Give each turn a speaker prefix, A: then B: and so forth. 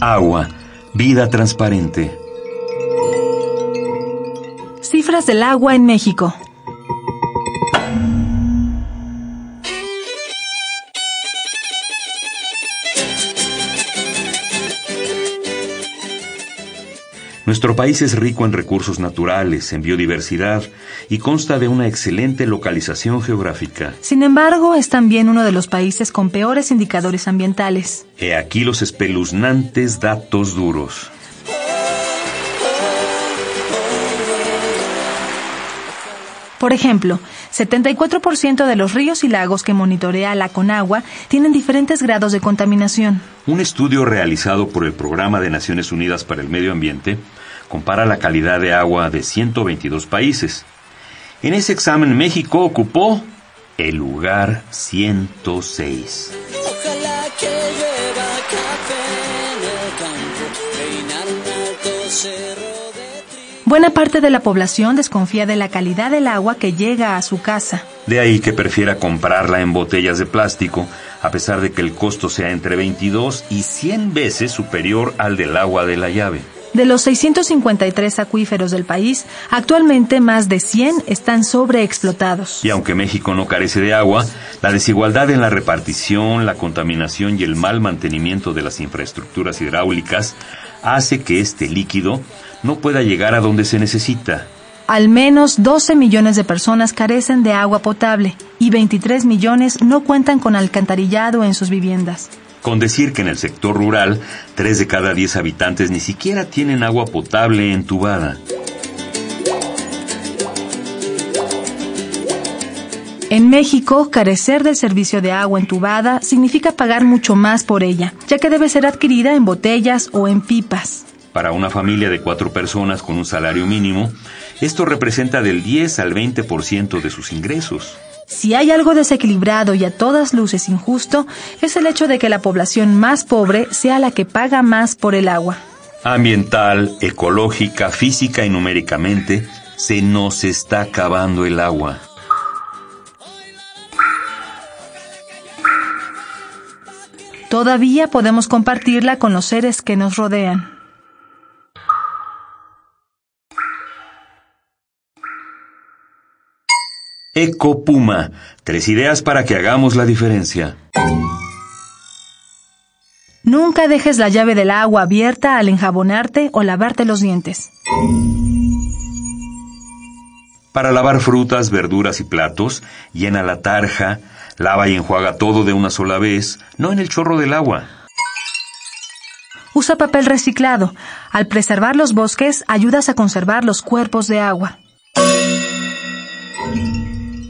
A: Agua, vida transparente.
B: Cifras del agua en México.
A: Nuestro país es rico en recursos naturales, en biodiversidad y consta de una excelente localización geográfica.
B: Sin embargo, es también uno de los países con peores indicadores ambientales.
A: He aquí los espeluznantes datos duros.
B: Por ejemplo, 74% de los ríos y lagos que monitorea la Conagua tienen diferentes grados de contaminación.
A: Un estudio realizado por el Programa de Naciones Unidas para el Medio Ambiente compara la calidad de agua de 122 países. En ese examen México ocupó el lugar 106.
C: Ojalá que llueva café en el campo, peinar un alto cerro de trigo.
B: Buena parte de la población desconfía de la calidad del agua que llega a su casa.
A: De ahí que prefiera comprarla en botellas de plástico, a pesar de que el costo sea entre 22 y 100 veces superior al del agua de la llave.
B: De los 653 acuíferos del país, actualmente más de 100 están sobreexplotados.
A: Y aunque México no carece de agua, la desigualdad en la repartición, la contaminación y el mal mantenimiento de las infraestructuras hidráulicas hace que este líquido no pueda llegar a donde se necesita.
B: Al menos 12 millones de personas carecen de agua potable y 23 millones no cuentan con alcantarillado en sus viviendas.
A: Con decir que en el sector rural, 3 de cada 10 habitantes ni siquiera tienen agua potable entubada.
B: En México, carecer del servicio de agua entubada significa pagar mucho más por ella, ya que debe ser adquirida en botellas o en pipas.
A: Para una familia de cuatro personas con un salario mínimo, esto representa del 10 al 20% de sus ingresos.
B: Si hay algo desequilibrado y a todas luces injusto, es el hecho de que la población más pobre sea la que paga más por el agua.
A: Ambiental, ecológica, física y numéricamente, se nos está acabando el agua.
B: Todavía podemos compartirla con los seres que nos rodean.
A: Eco Puma, tres ideas para que hagamos la diferencia.
B: Nunca dejes la llave del agua abierta al enjabonarte o lavarte los dientes.
A: Para lavar frutas, verduras y platos, llena la tarja, lava y enjuaga todo de una sola vez, no en el chorro del agua.
B: Usa papel reciclado. Al preservar los bosques, ayudas a conservar los cuerpos de agua.